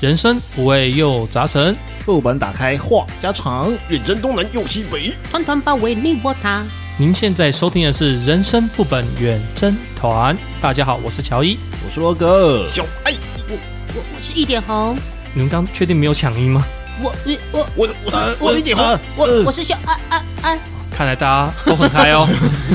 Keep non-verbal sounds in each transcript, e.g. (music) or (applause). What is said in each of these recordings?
人生五味又杂陈，副本打开话家常，远征东南又西北，团团包围你我他。您现在收听的是《人生副本远征团》。大家好，我是乔伊。我是罗哥。小爱，我我我是一点红，你们刚确定没有抢音吗？我我我我是、我是一点红，我我我是小安安 (laughs) 安。看来大家都很嗨 (laughs) 哦。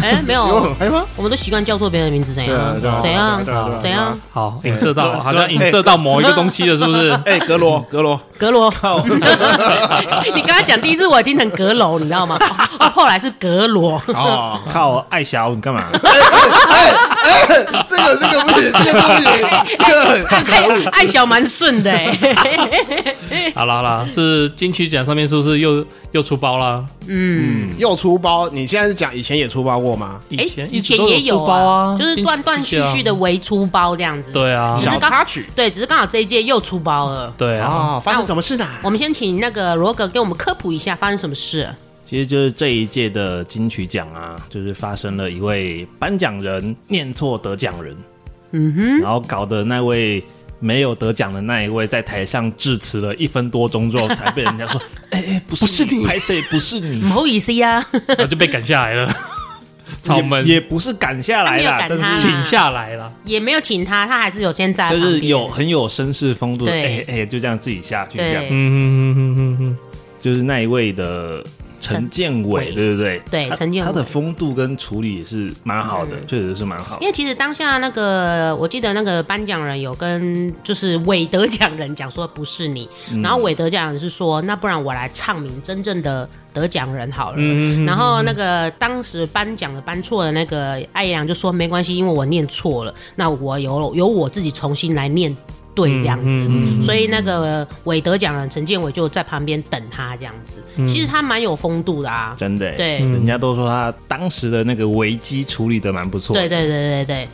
哎，没有有，很嗨吗？我们都习惯叫错别人的名字，怎样？对啊怎对啊对样啊对啊对啊？怎样？好，影射到，对好像影射到某一个东西了，是不 (laughs) 是？哎，格罗格罗，阁楼。 (laughs) 你刚才讲第一次，我也听成阁楼，你知道 (laughs) 吗？哦，后来是阁楼。哦，靠，艾小，你干嘛？哎哎，这个这个不行，这个不 (laughs) 行，这个很爱爱小蛮顺的哎。好啦好啦，是金曲奖上面是不是又又出包啦？嗯，又出包。你现在是讲以前也出包过吗？以哎， (laughs) 前以一直前都也有出包啊，就是金断断续续的。金曲啊围出包这样子。对啊，只是小刚插曲对，只是刚好这一届又出包了。对啊，啊，发生什么事呢？我们先请那个罗哥给我们科普一下发生什么事了。其实就是这一届的金曲奖啊，就是发生了一位颁奖人念错得奖人，嗯哼，然后搞得那位没有得奖的那一位在台上致辞了一分多钟之后，才被人家说：“哎哎，不是你，拍谁不是嗯你。”不好意思呀、然后就被赶下来 (laughs) 了，草也门也不是赶下来啦，他没有赶但他是请下来了。也没有请他，他还是有先在就旁是边，有很有绅士风度的，对哎哎，就这样自己下去这对样。嗯哼哼哼哼哼，就是那一位的陈建伟，陈对不对？对他陈建伟嗯他的风度跟处理也是蛮好的，确实是蛮好因。为其实当下那个，我记得那个颁奖人有跟就是韦得奖人讲说不是你，嗯然后韦得奖人是说那不然我来唱名真正的得奖人好了。嗯然后那个当时颁奖的颁错的那个艾良就说没关系，因为我念错了，那我由由我自己重新来念对这样子。嗯所以那个韦得奖人陈建伟就在旁边等他这样子，嗯其实他蛮有风度的啊。真的、欸，对人家都说他当时的那个危机处理的蛮不错。对，对对对对，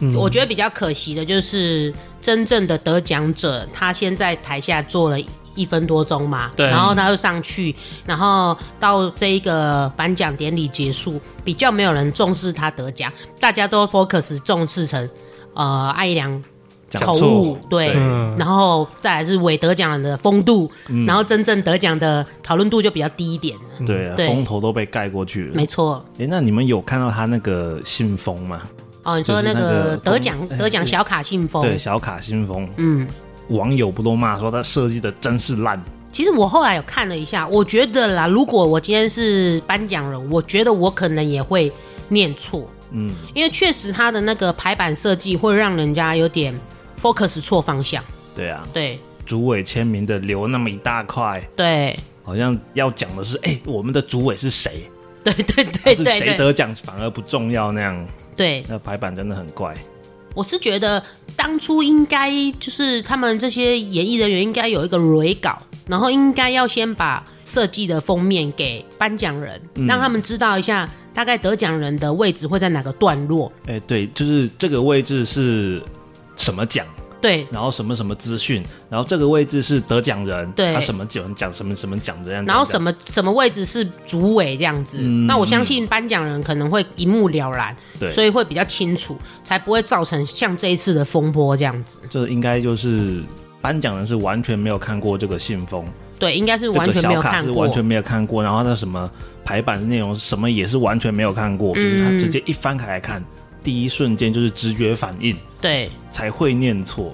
嗯我觉得比较可惜的就是真正的得奖者，他先在台下坐了。一分多钟嘛，对然后他又上去，然后到这一个颁奖典礼结束，比较没有人重视他得奖，大家都 focus 重视成呃艾良讲口错误，对，嗯然后再来是伪得奖人的风度，然后真正得奖的讨论度就比较低一点了，对啊，对风头都被盖过去了。没错。哎、那你们有看到他那个信封吗？哦，你说就是那那个个公得奖哎得奖小卡信封，对，小卡信封，哦嗯，网友不都骂说他设计的真是烂。其实我后来有看了一下，我觉得啦，如果我今天是颁奖人，我觉得我可能也会念错，嗯，因为确实他的那个排版设计会让人家有点 focus 错方向。对啊，对主委签名的留那么一大块，对 (laughs) 好像要讲的是，哎、我们的主委是谁？对对对是对谁对得奖反而不重要那样，对，那排版真的很怪。我是觉得当初应该就是他们这些演艺人员应该有一个蕊稿，然后应该要先把设计的封面给颁奖人，嗯让他们知道一下大概得奖人的位置会在哪个段落。哎、对，就是这个位置是什么奖，对然后什么什么资讯，然后这个位置是得奖人，对他什么奖奖什么什么奖这样，然后这什样嗯么什么位置是主委这样子。那我相信颁奖人可能会一目了然，对所以会比较清楚，才不会造成像这一次的风波这样子。这应该就是颁奖人是完全没有看过这个信封，对，应该是这完个全没小有卡看是过完。全没有看过，然后那什么排版的内容是什么也是完全没有看过，就是嗯他直接一翻开来看，第一瞬间就是直觉反应对，才会念错，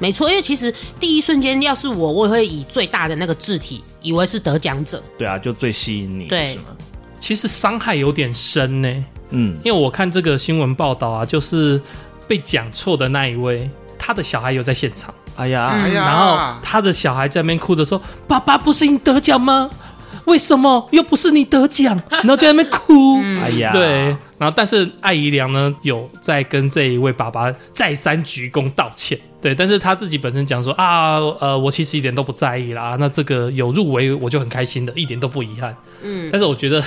没错，因为其实第一瞬间要是我，我也会以最大的那个字体，以为是得奖者。对啊，就最吸引你，对是吗？其实伤害有点深呢、嗯，因为我看这个新闻报道啊，就是被讲错的那一位，他的小孩有在现场，哎呀，嗯哎然后呀，他的小孩在那边哭着说：“爸爸，不是你得奖吗？为什么又不是你得奖？”然后就在那边哭。嗯哎呀，对，然后但是艾姨良呢，有在跟这一位爸爸再三鞠躬道歉。对，但是他自己本身讲说啊，呃，我其实一点都不在意啦，那这个有入围我就很开心的，一点都不遗憾。嗯，但是我觉得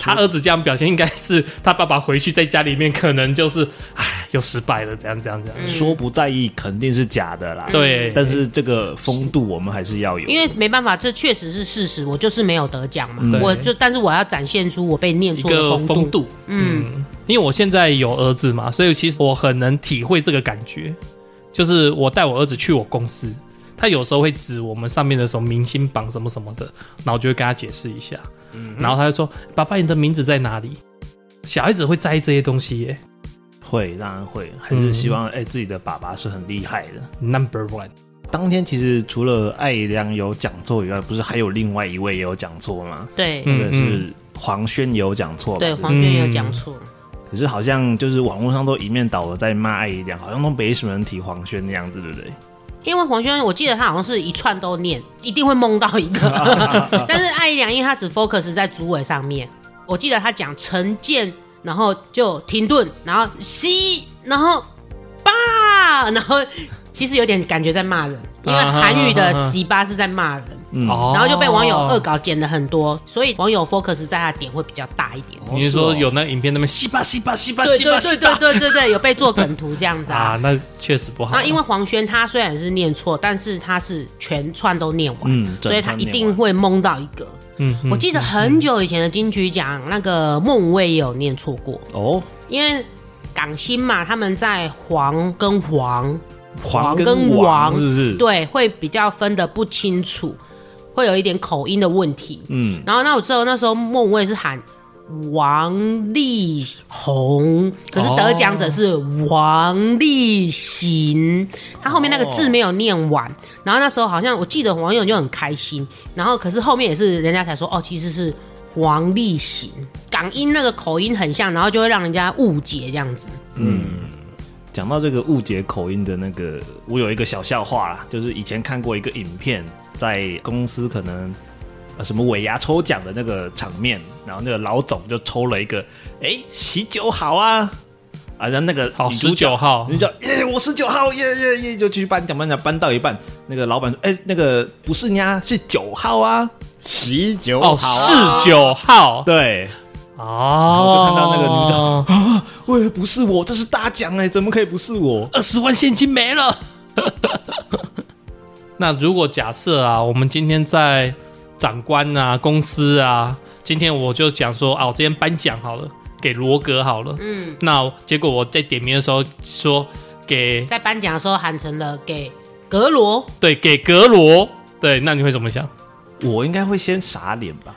他儿子这样表现，应该是他爸爸回去在家里面可能就是，唉，又失败了，怎样怎样怎样。说不在意肯定是假的啦。对，但是这个风度我们还是要有，因为没办法，这确实是事实，我就是没有得奖嗯嘛，对我就但是我要展现出我被念一错的个风风度，嗯，因为我现在有儿子嘛，所以其实我很能体会这个感觉，就是我带我儿子去我公司，他有时候会指我们上面的什么明星榜什么什么嗯的，然后我就会跟他解释一下，然后他就说：“爸爸，你的名字在哪里？”小孩子会在意这些东西耶会当然会，还是希望哎、自己的爸爸是很厉害的。 ，Number One，当天其实除了艾怡良有讲座以外，不是还有另外一位也有讲座吗？对嗯那个是黄轩也有讲座吧，嗯对，就是黄轩也有讲错，可是好像就是网络上都一面倒的在骂艾怡良，好像都没什么人提黄轩那样子，对不对？因为黄轩我记得他好像是一串都念，一定会梦到一个，但是艾怡良因为他只 focus 在主委上面，我记得他讲陈建，然后就停顿，然后西，然后爸，然后其实有点感觉在骂人，因为韩语的西巴是在骂人。嗯哦然后就被网友恶搞剪了很多，所以网友 focus 在他的点会比较大一点。你是说有那影片那边西巴西巴西巴对西对巴对西对巴对对对，有被做梗图这样子啊啊。？那确实不好。那因为黄轩他虽然是念错，但是他是全串都念完，嗯，所以他一定会蒙到一个。嗯，嗯我记得很久以前的金曲奖，那个莫文蔚也有念错过，哦，因为港星嘛，他们在黄跟黄黄跟王王是不是？对会比较分得不清楚，会有一点口音的问题。嗯，然后那我知道那时候莫文蔚是喊王力宏，可是哦得奖者是王力行，他后面那个哦字没有念完。然后那时候好像我记得网友就很开心，然后可是后面也是人家才说哦，其实是王力行，港音那个口音很像，然后就会让人家误解这样子。讲到这个误解口音的那个，我有一个小笑话啦，就是以前看过一个影片，在公司可能呃什么尾牙抽奖的那个场面，然后那个老总就抽了一个，哎，喜酒好啊。啊，然后那个好女主十角九号你就耶，我十九号，耶耶耶，就去颁奖颁奖，颁到一半，那个老板说，哎、那个不是呀，是九号啊，喜酒哦，是九号对，哦，啊然后就看到那个女到那个喂，不是我，这是大奖哎、怎么可以不是我？二十万现金没了。 (laughs) 那如果假设啊，我们今天在长官啊、公司啊，今天我就讲说啊，我今天颁奖好了，给罗格好了。嗯，那结果我在点名的时候说给在颁奖的时候喊成了给格罗，对给格罗，对，那你会怎么 (laughs) 想？我应该会先傻脸吧？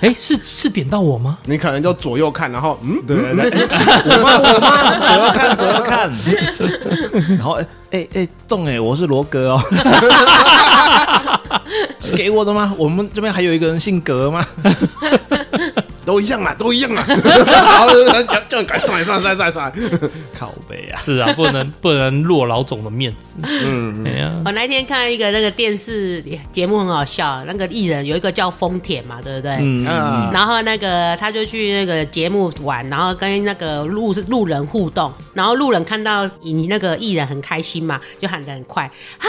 哎、是是点到我吗？你可能就左右看，然后嗯，对对对，我妈我妈，左右看左右看，然后哎哎哎中哎、我是罗格哦，是给我的吗？我们这边还有一个人姓格吗？都一样啦，都一样啦。 (laughs) 然后就叫叫你赶快上来，上来，上来，上来。靠背啊，是啊，不 (laughs) 能不能落老总的面子。嗯，哎呀、我那天看一个那个电视节目很好笑，那个艺人有一个叫丰田嘛，对不对？嗯啊，然后那个他就去那个节目玩，然后跟那个路路人互动，然后路人看到你那个艺人很开心嘛，就喊得很快啊，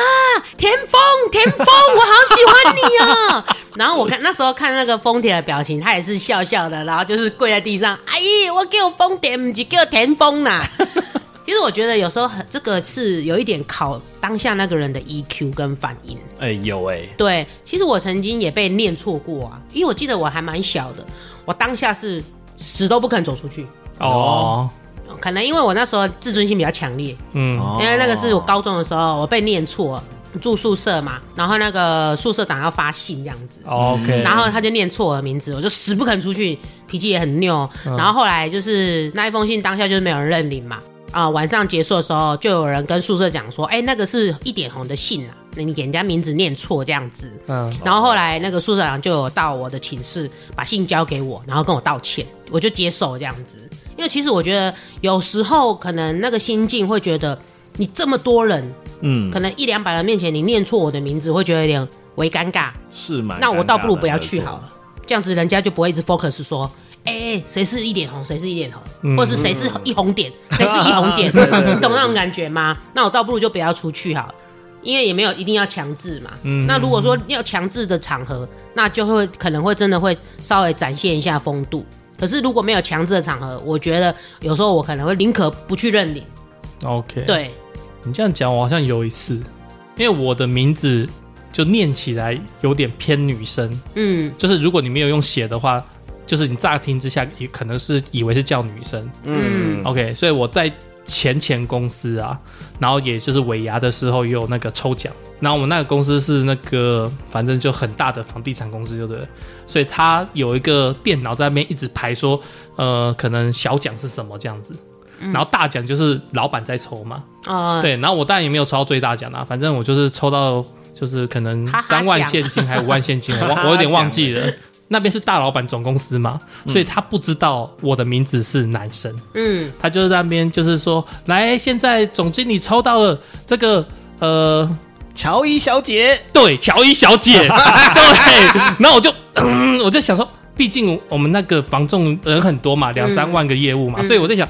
田丰，田丰， (laughs) 我好喜欢你哦。然后我看那时候看那个丰田的表情，他也是笑笑的，然后就是跪在地上，阿姨，我给我丰田，不是给我田丰啦。 (laughs) 其实我觉得有时候很这个是有一点考当下那个人的 EQ 跟反应。哎、有哎、对，其实我曾经也被念错过啊，因为我记得我还蛮小的，我当下是死都不肯走出去，哦，可能因为我那时候自尊心比较强烈，嗯，哦因为那个是我高中的时候，我被念错，住宿舍嘛，然后那个宿舍长要发信这样子。哦 OK，然后他就念错我的名字，我就死不肯出去，脾气也很拗。然后后来就是那一封信当下就是没有人认领嘛，啊、晚上结束的时候就有人跟宿舍讲说，哎，那个是一点红的信啊，那你给人家名字念错这样子。嗯，然后后来那个宿舍长就有到我的寝室把信交给我，然后跟我道歉，我就接受这样子。因为其实我觉得有时候可能那个心境会觉得，你这么多人，嗯，可能一两百人面前你念错我的名字，会觉得有点微尴尬。是蛮尴尬的。那我倒不如不要去没错好了，这样子人家就不会一直 focus 说。哎、哎谁是一点红，谁是一点红，或者是谁是一红点，谁是一红点，你懂那种感觉吗？那我倒不如就不要出去好了，因为也没有一定要强制嘛。那如果说要强制的场合，那就会可能会真的会稍微展现一下风度。可是如果没有强制的场合，我觉得有时候我可能会宁可不去认领。 OK，对，你这样讲，我好像有一次，因为我的名字就念起来有点偏女生，嗯，就是如果你没有用写的话，就是你乍听之下也可能是以为是叫女生。嗯嗯， OK，所以我在前前公司啊，然后也就是尾牙的时候也有那个抽奖，然后我们那个公司是那个反正就很大的房地产公司，就对了，所以他有一个电脑在那边一直排说，呃，可能小奖是什么这样子，然后大奖就是老板在抽嘛，啊，对，然后我当然也没有抽到最大奖啦，啊反正我就是抽到就是可能哈哈三万奖现金还五 (laughs) 万现金，我忘我有点忘记了。那边是大老板总公司嘛，所以他不知道我的名字是男生，嗯，他就是在那边就是说，来，现在总经理抽到了这个呃，乔伊小姐，对，乔伊小 (laughs) 姐，对，然后我就、嗯我就想说，毕竟我们那个房仲人很多嘛，两三万个业务嘛，嗯所以我在想，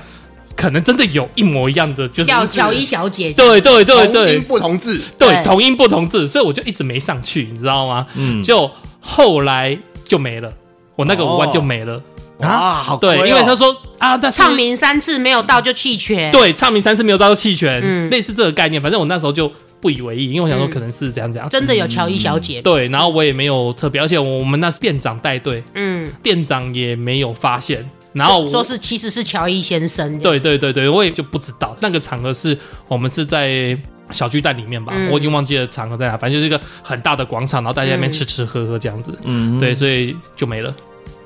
可能真的有一模一样的，就是叫乔伊小姐姐，对对对同对音，不同字，对，对同音不同字，所以我就一直没上去，你知道吗？嗯，就后来就没了，我那个哦五万就没了。啊，好对，因为他说啊，但是哦唱名三次没有到就弃权，对唱名三次没有到弃权，嗯类似这个概念。反正我那时候就不以为意，因为我想说嗯可能是怎样怎样。真的有乔伊小姐，啊嗯对，然后我也没有特别，而且我们那是店长带队，嗯，店长也没有发现。然哦后我说是其实是乔伊先生，，对对对对，我也就不知道那个场合是我们是在小巨蛋里面吧，嗯我已经忘记了场合在哪，反正就是一个很大的广场，然后大家在那边嗯吃吃喝喝这样子，嗯对，，所以就没了。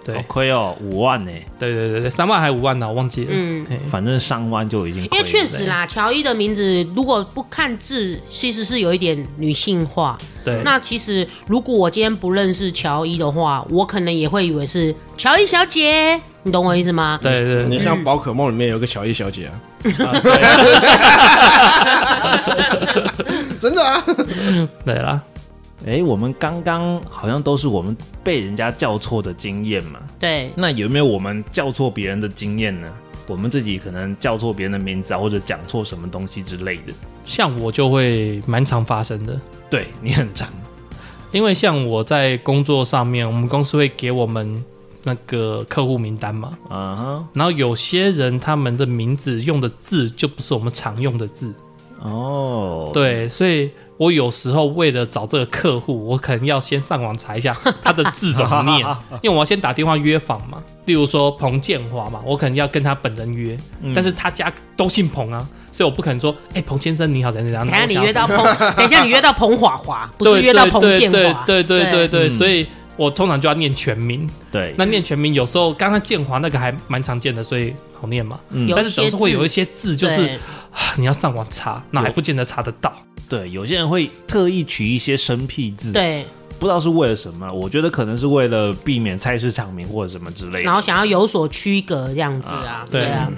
对、好亏哦，五万呢，对对对对，三万还五万呢，我忘记了。嗯。嘿反正上万就已经因亏为了，确实啦，乔伊的名字如果不看字，其实是有一点女性化。对，那其实如果我今天不认识乔伊的话，我可能也会以为是乔伊小姐，你懂我意思吗？对对你像宝可梦里面有一个小叶小姐嗯啊，对啊对啊 (laughs) 真的啊，对啦，哎，我们刚刚好像都是我们被人家叫错的经验嘛，对，那有没有我们叫错别人的经验呢？我们自己可能叫错别人的名字啊，或者讲错什么东西之类的。像我就会蛮常发生的，对你很长，因为像我在工作上面，我们公司会给我们那个客户名单嘛，啊然后有些人他们的名字用的字就不是我们常用的字，哈，哦，对，所以我有时候为了找这个客户，我可能要先上网查一下他的字怎么念， (laughs) 因为我要先打电话约访嘛。例如说彭建华嘛，我可能要跟他本人约，嗯但是他家都姓彭啊，所以我不可能说，哎、彭先生你好，怎样怎样。等一下你然后我想要约到彭， (laughs) 等一下你约到彭华华，不对是约到彭建华，嗯对对对对对，嗯所以我通常就要念全名。对，那念全名有时候刚刚建华那个还蛮常见的，所以好念嘛。嗯有但是总是会有一些些字就字是对啊你要上网查，那还有不见得查得到。对，有些人会特意取一些生僻字，，对，不知道是为了什么。我觉得可能是为了避免菜市场名或者什么之类然后的。想要有所区隔这样子啊，对对啊，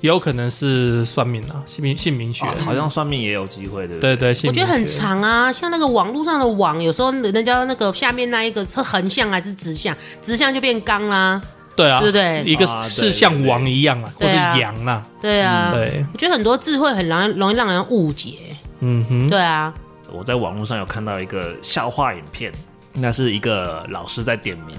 也有可能是算命啊，姓名姓名学，哦好像算命也有机会，对不对？对，姓我名觉得很学长啊，像那个网络上的网，有时候人家那个下面那一个是横向啊还是直向，直向就变刚啦，对啊，对不对一个啊是对像王一样啊，或对是对对羊啊，对嗯啊，对，我觉得很多字会很容易容易让人误解，嗯哼，对啊，我在网络上有看到一个笑话影片，那是一个老师在点名，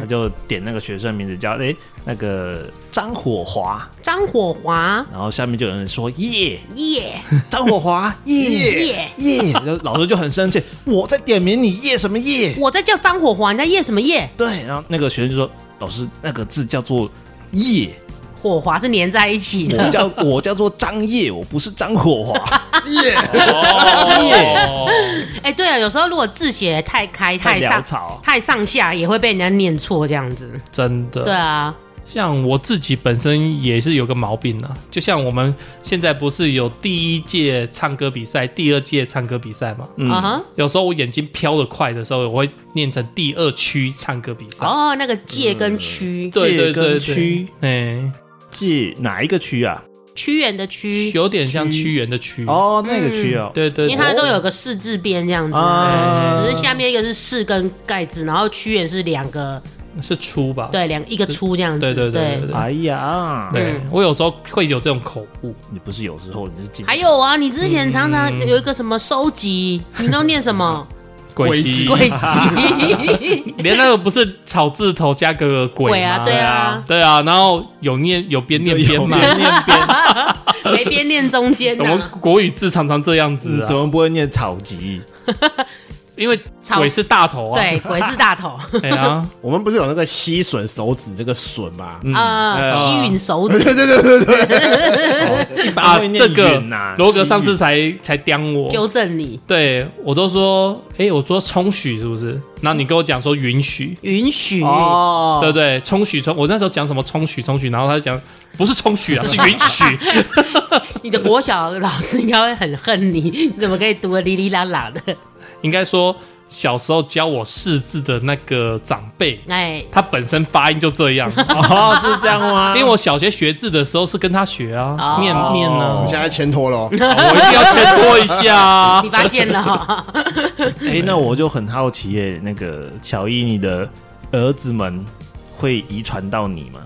他嗯，就点那个学生名字叫诶那个张火华，张火华然后下面就有人说 (laughs) 耶耶张火华耶耶，耶，然后老师就很生气，我在点名你耶什么耶？我在叫张火华，你在耶什么耶？对，然后那个学生就说老师那个字叫做叶，火华是连在一起我的，叫我叫做张叶，我不是张火 (laughs) 华。耶，哦，哎，对啊，有时候如果字写得太开嗯太上潦草太上下，也会被人家念错这样子，真的，对啊，像我自己本身也是有个毛病啊，就像我们现在不是有第一届唱歌比赛、第二届唱歌比赛嘛？嗯啊哈。有时候我眼睛飘得快的时候，我会念成第二区唱歌比赛。啊哦，那个界跟区，对对界跟对对区，哎、是哪一个区啊？屈原的嗯屈，有点像屈原的屈。哦，那个区哦。对对对，因为它都有个四字边这样子啊，啊，嗯只是下面一个是四跟盖字，然后屈原是两个，是出吧？对，两一个粗这样子，哦对对对对哎呀，对嗯我有时候会有这种口误。你不是有时候你是经常还有啊，你之前常常有一个什么收集，你都念什么鬼鬼机，机鬼集？连那个不是草字头加个鬼鬼啊吗对啊对啊，然后有念有边念边嘛，有边念边没边念中间啊我的们。国语字常常这样子嗯怎啊， (laughs) 么不会念草集？因为超鬼是大头啊，对，鬼是大头，对 (laughs) 啊，我们不是有那个吸吮手指这个吮吗？嗯哎呃，吸吮手指，对对对对对，哦一啊般会，念这个云啊呐罗格上西次语才才刁我，纠正你，对我都说，哎，我说充许是不是？然后你跟我讲说允许，允许，哦，对不对？充许充，我那时候讲什么充许充许，然后他就讲不是充许啊，是允许。你的国小老师应该会很恨你，你怎么可以读的哩哩啦啦的？应该说小时候教我识字的那个长辈，哎，他本身发音就这样， (laughs) 哦，是这样吗？ (laughs) 因为我小学学字的时候是跟他学啊，哦念念呢我们，现在牵拖喽。我一定要切磋一 (laughs) 下啊你。发现了 (laughs) 哦，哎、那我就很好奇耶，那个乔伊，你的儿子们会遗传到你吗？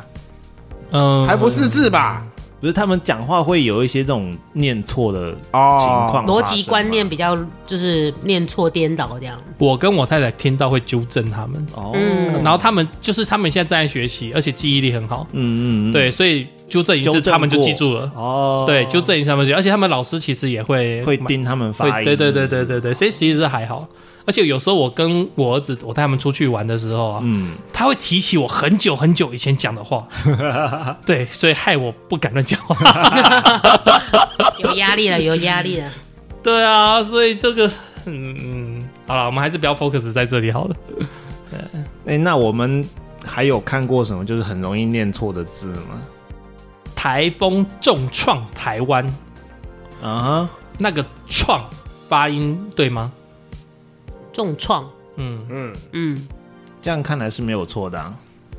嗯，还不识字吧？不是，他们讲话会有一些这种念错的情哦况，逻辑观念。比较就是念错颠倒这样。我跟我太太听到会纠正他们，哦，嗯然后他们就是他们现在正在学习，而且记忆力很好，嗯嗯，嗯，对，所以纠正一纠次正过他们就记住了。哦，对，纠正一下他们就，而且他们老师其实也会会蛮盯他们发会音，对对对对对对，所以其实是还好。而且有时候我跟我儿子，我带他们出去玩的时候啊，嗯，他会提起我很久很久以前讲的话，对，所以害我不敢乱讲话。有压力了，有压力了。对啊，所以这个，嗯嗯，好了，我们还是不要 focus 在这里好了。哎、那我们还有看过什么就是很容易念错的字吗？台风重创台湾，啊哈，那个“创”发音对吗？重创，嗯嗯，嗯，这样看来是没有错的、啊。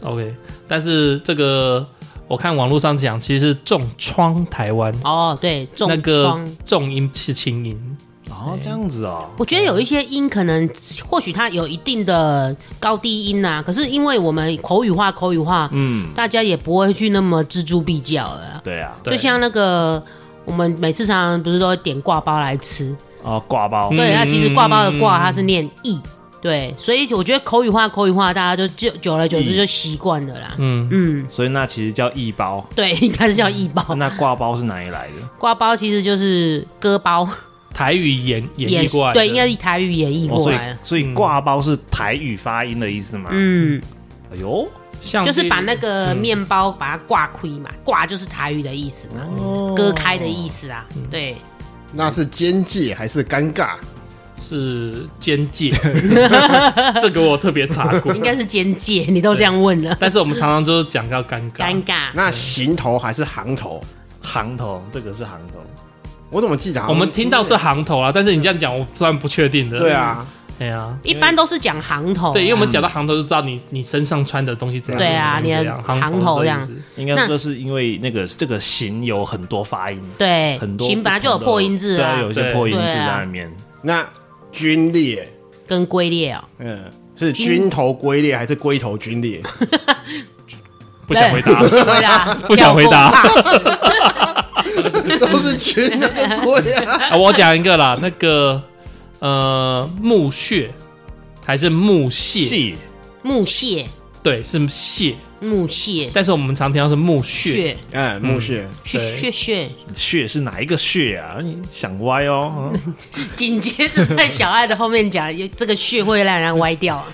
，OK。但是这个我看网络上讲，其实是重创台湾，哦，对，重那个创。重音是轻音，哦，这样子哦，我觉得有嗯一些音可能，或许它有一定的高低音呐、可是因为我们口语化，口语化，嗯，大家也不会去那么锱铢必较了啊。对啊，对就像那个，我们每次常常不是都会点挂包来吃，哦，挂包，嗯对，那其实挂包的挂它是念意，对，所以我觉得口语化，口语化，大家就久久而久之意就习惯了啦。嗯。嗯，所以那其实叫易包。对，应该是叫意嗯包。那挂包是哪里来的？挂包其实就是割包，台语演演也绎过来的，对，应该是台语演绎哦，过所以来的。所以嗯挂包是台语发音的意思吗？嗯，哎呦，像就是把这那个面包把它挂亏嘛，挂就是台语的意思嘛，哦割开的意思啊。嗯对，那是奸介还是尴尬？是间 (laughs) 界，这个我特别查过应。该是间界， (laughs) 你都这样问了，但是我们常常就是讲到尴尬，尴尬。那行头还是行头？行头，哦这个是行头。我怎么记得好我像们听到是行头啦，但是你这样讲，我突然不确定的。对，啊，哎呀，一般都是讲行头，啊对，因为我们讲到行头，就知道你你身上穿的东西怎样。对啊怎样你的怎样行头头这这样样子。应该那说是因为那个这个形有很多发音，对很，多行哎本来就有不同的破音字啊对，有一些破音字在里面。 (laughs) 那军裂，跟龟裂 (laughs) 哦，嗯，是军军头龟裂还是龟头军裂？不想回答， (laughs) 对啊啦，不想回答叫做霸 (laughs) 死都是军那个龟啊！啊我讲一个啦，那个呃木屑还是木屑？细木屑，对，是屑，木屑，但是我们常听到是木屑。 (laughs) 嗯，墓穴，血对血血，血是哪一个血啊？你想歪 (laughs) 哦。嗯紧接着在小爱的后面讲，有这个血会让人歪 (laughs) 掉啊，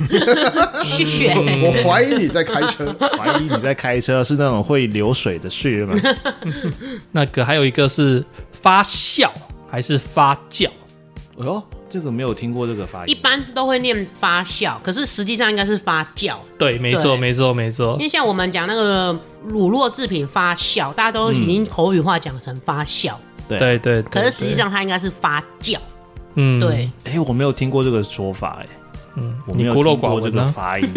血血，我怀疑你在开车。怀疑你在开车是那种会流水的血 (laughs) 吗？那个还有一个是发酵还是发酵？哎呦，这个没有听过这个发音。一般是都会念发酵，可是实际上应该是发酵。对，没错，对没错，没错因。为像我们讲那个乳酪制品发酵，大家都已经口语化讲成发酵，对对，对可是实际，上它应该是发酵。对嗯，对，哎、我没有听过这个说法、哎，嗯，我没有你孤陋听过寡这闻个啊 (laughs) 发音，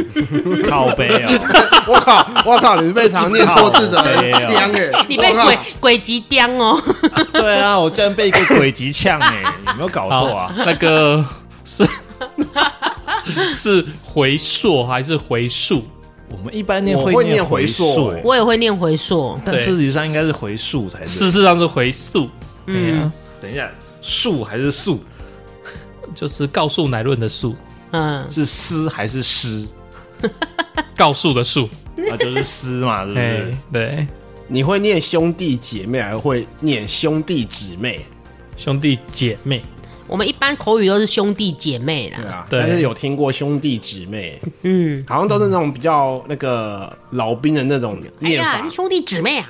靠背哦，我靠，我靠，你是被常念错字的人靠北哦刁哎！ (laughs) 你被我靠鬼鬼急刁哦， (laughs) (laughs) 对啊，我居然被一个鬼籍呛哎、有没有搞好错啊？那个是 (laughs) 是回溯还是回溯？我们一般念我会会念回回溯溯欸哎我也会念回溯。但对事实上应该是回溯才对。事实上是回溯，哎嗯等一下，溯还是溯？就是告诉乃论的诉，嗯，是思还是 (laughs) 诗？告诉的诉。啊，就是思嘛，是不哎是？，对，你会念兄弟姐妹，还会念兄弟姊妹？兄弟姐妹，我们一般口语都是兄弟姐妹对啦，啊，对但是有听过兄弟姊妹，嗯，好像都是那种比较那个老兵的那种哎念呀，法你， (laughs) 兄弟姊妹啊，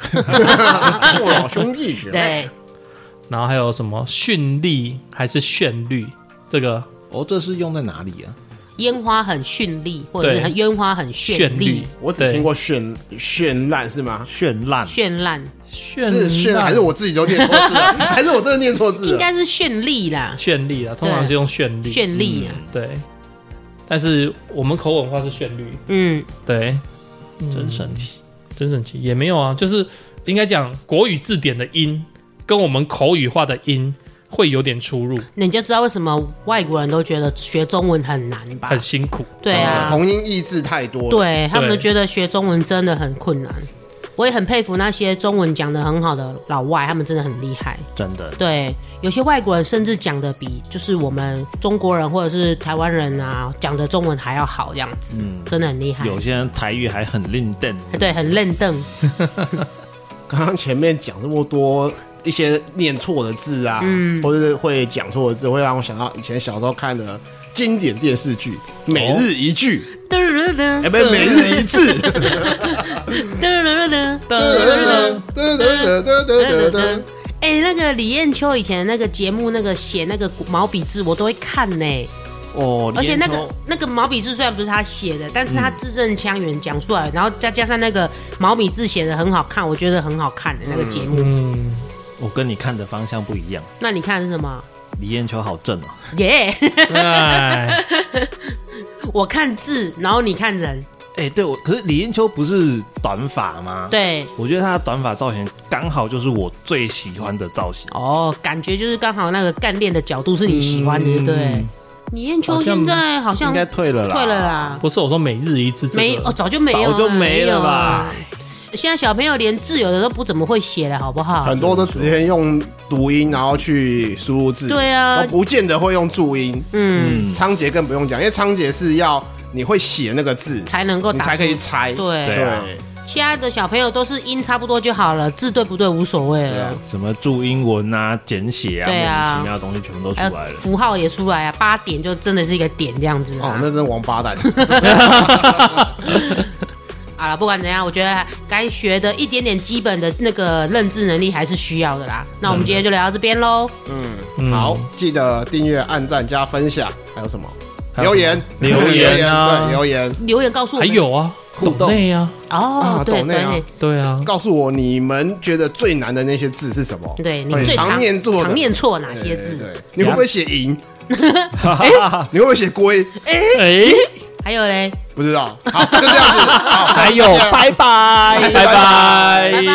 做老兄弟姊妹。对，然后还有什么绚丽还是绚律？这个哦，这是用在哪里啊？烟花很绚丽，或者是对很烟花很绚绚丽丽、我只听过绚绚烂是吗？绚烂绚烂，绚是绚烂还是我自己都念错字了？ (laughs) 还是我真的念错字应了？该是绚丽啦，绚丽啊，通常是用绚丽，绚丽啊，对。但是我们口吻化是绚律，嗯，对，真神奇。真神奇也没有啊，就是应该讲国语字典的音跟我们口语化的音会有点出入，你就知道为什么外国人都觉得学中文很难吧很？辛苦。对啊，同音异字太多了。对他们都对觉得学中文真的很困难。我也很佩服那些中文讲的很好的老外，他们真的很厉害。真的，对，有些外国人甚至讲的比就是我们中国人或者是台湾人啊讲的中文还要好，这样子，嗯，真的很厉害。有些人台语还很吝邓，对，很认凳，刚刚前面讲这么多一些念错的字啊，嗯或者是会讲错的字，会让我想到以前小时候看的经典电视剧《每日一句》噔噔噔哎，不是《每日一字》。 (laughs) 噔噔噔。噔哎、那个李艳秋以前那个节目，那个写那个毛笔字，我都会看呢、哦，而且那连个抽那个毛笔字虽然不是他写的，但是他字正腔圆讲出来，然后再加上那个毛笔字写的很好看，我觉得很好看的、那个节目。嗯，我跟你看的方向不一样，那你看是什么？ (laughs) 李艳秋好正哦，耶、 (laughs) 哎， (laughs) 我看字，然后你看人，哎，对我，可是李艳秋不是短发吗？，对。我觉得她的短发造型刚好就是我最喜欢的造型。哦，感觉就是刚好那个干练的角度是你喜欢的，对不对嗯？李艳秋现在好像应该退退了啦，了，啦，不是我说每日一字、这个，没哦，早就没有，早就没了吧没有？现在小朋友连字有的都不怎么会写了，好不好很？多都直接用读音，然后去输入字。对啊然后不见得会用注音。嗯，嗯，仓颉更不用讲，因为仓颉是要你会写那个字，才能够你打才可以出猜。对对啊对现在的小朋友都是音差不多就好了，字对不对无所谓对啊了。什么注英文啊、简写啊，对啊莫名其妙的东西全部都出啊还有来了。符号也出来啊，八点就真的是一个点这样子哦啊，。那真是王八蛋。好了，不管怎样，我觉得该学的一点点基本的那个认知能力还是需要的啦。那我们今天就聊到这边喽，嗯好，记得订阅、按赞、加分享，还有什么？还有留言，什么留言啊 (laughs) 对，留言，留言告诉我还们。有啊，互动抖内啊，哦啊，对抖内啊对对啊，告诉我你们觉得最难的那些字是什么？对，你对最哎常念错的常念错哪对些字？对，你会不会写赢？你会不会写龟？哎，还有嘞，不知道。好，就这样子。好，还有，拜拜，拜拜拜拜。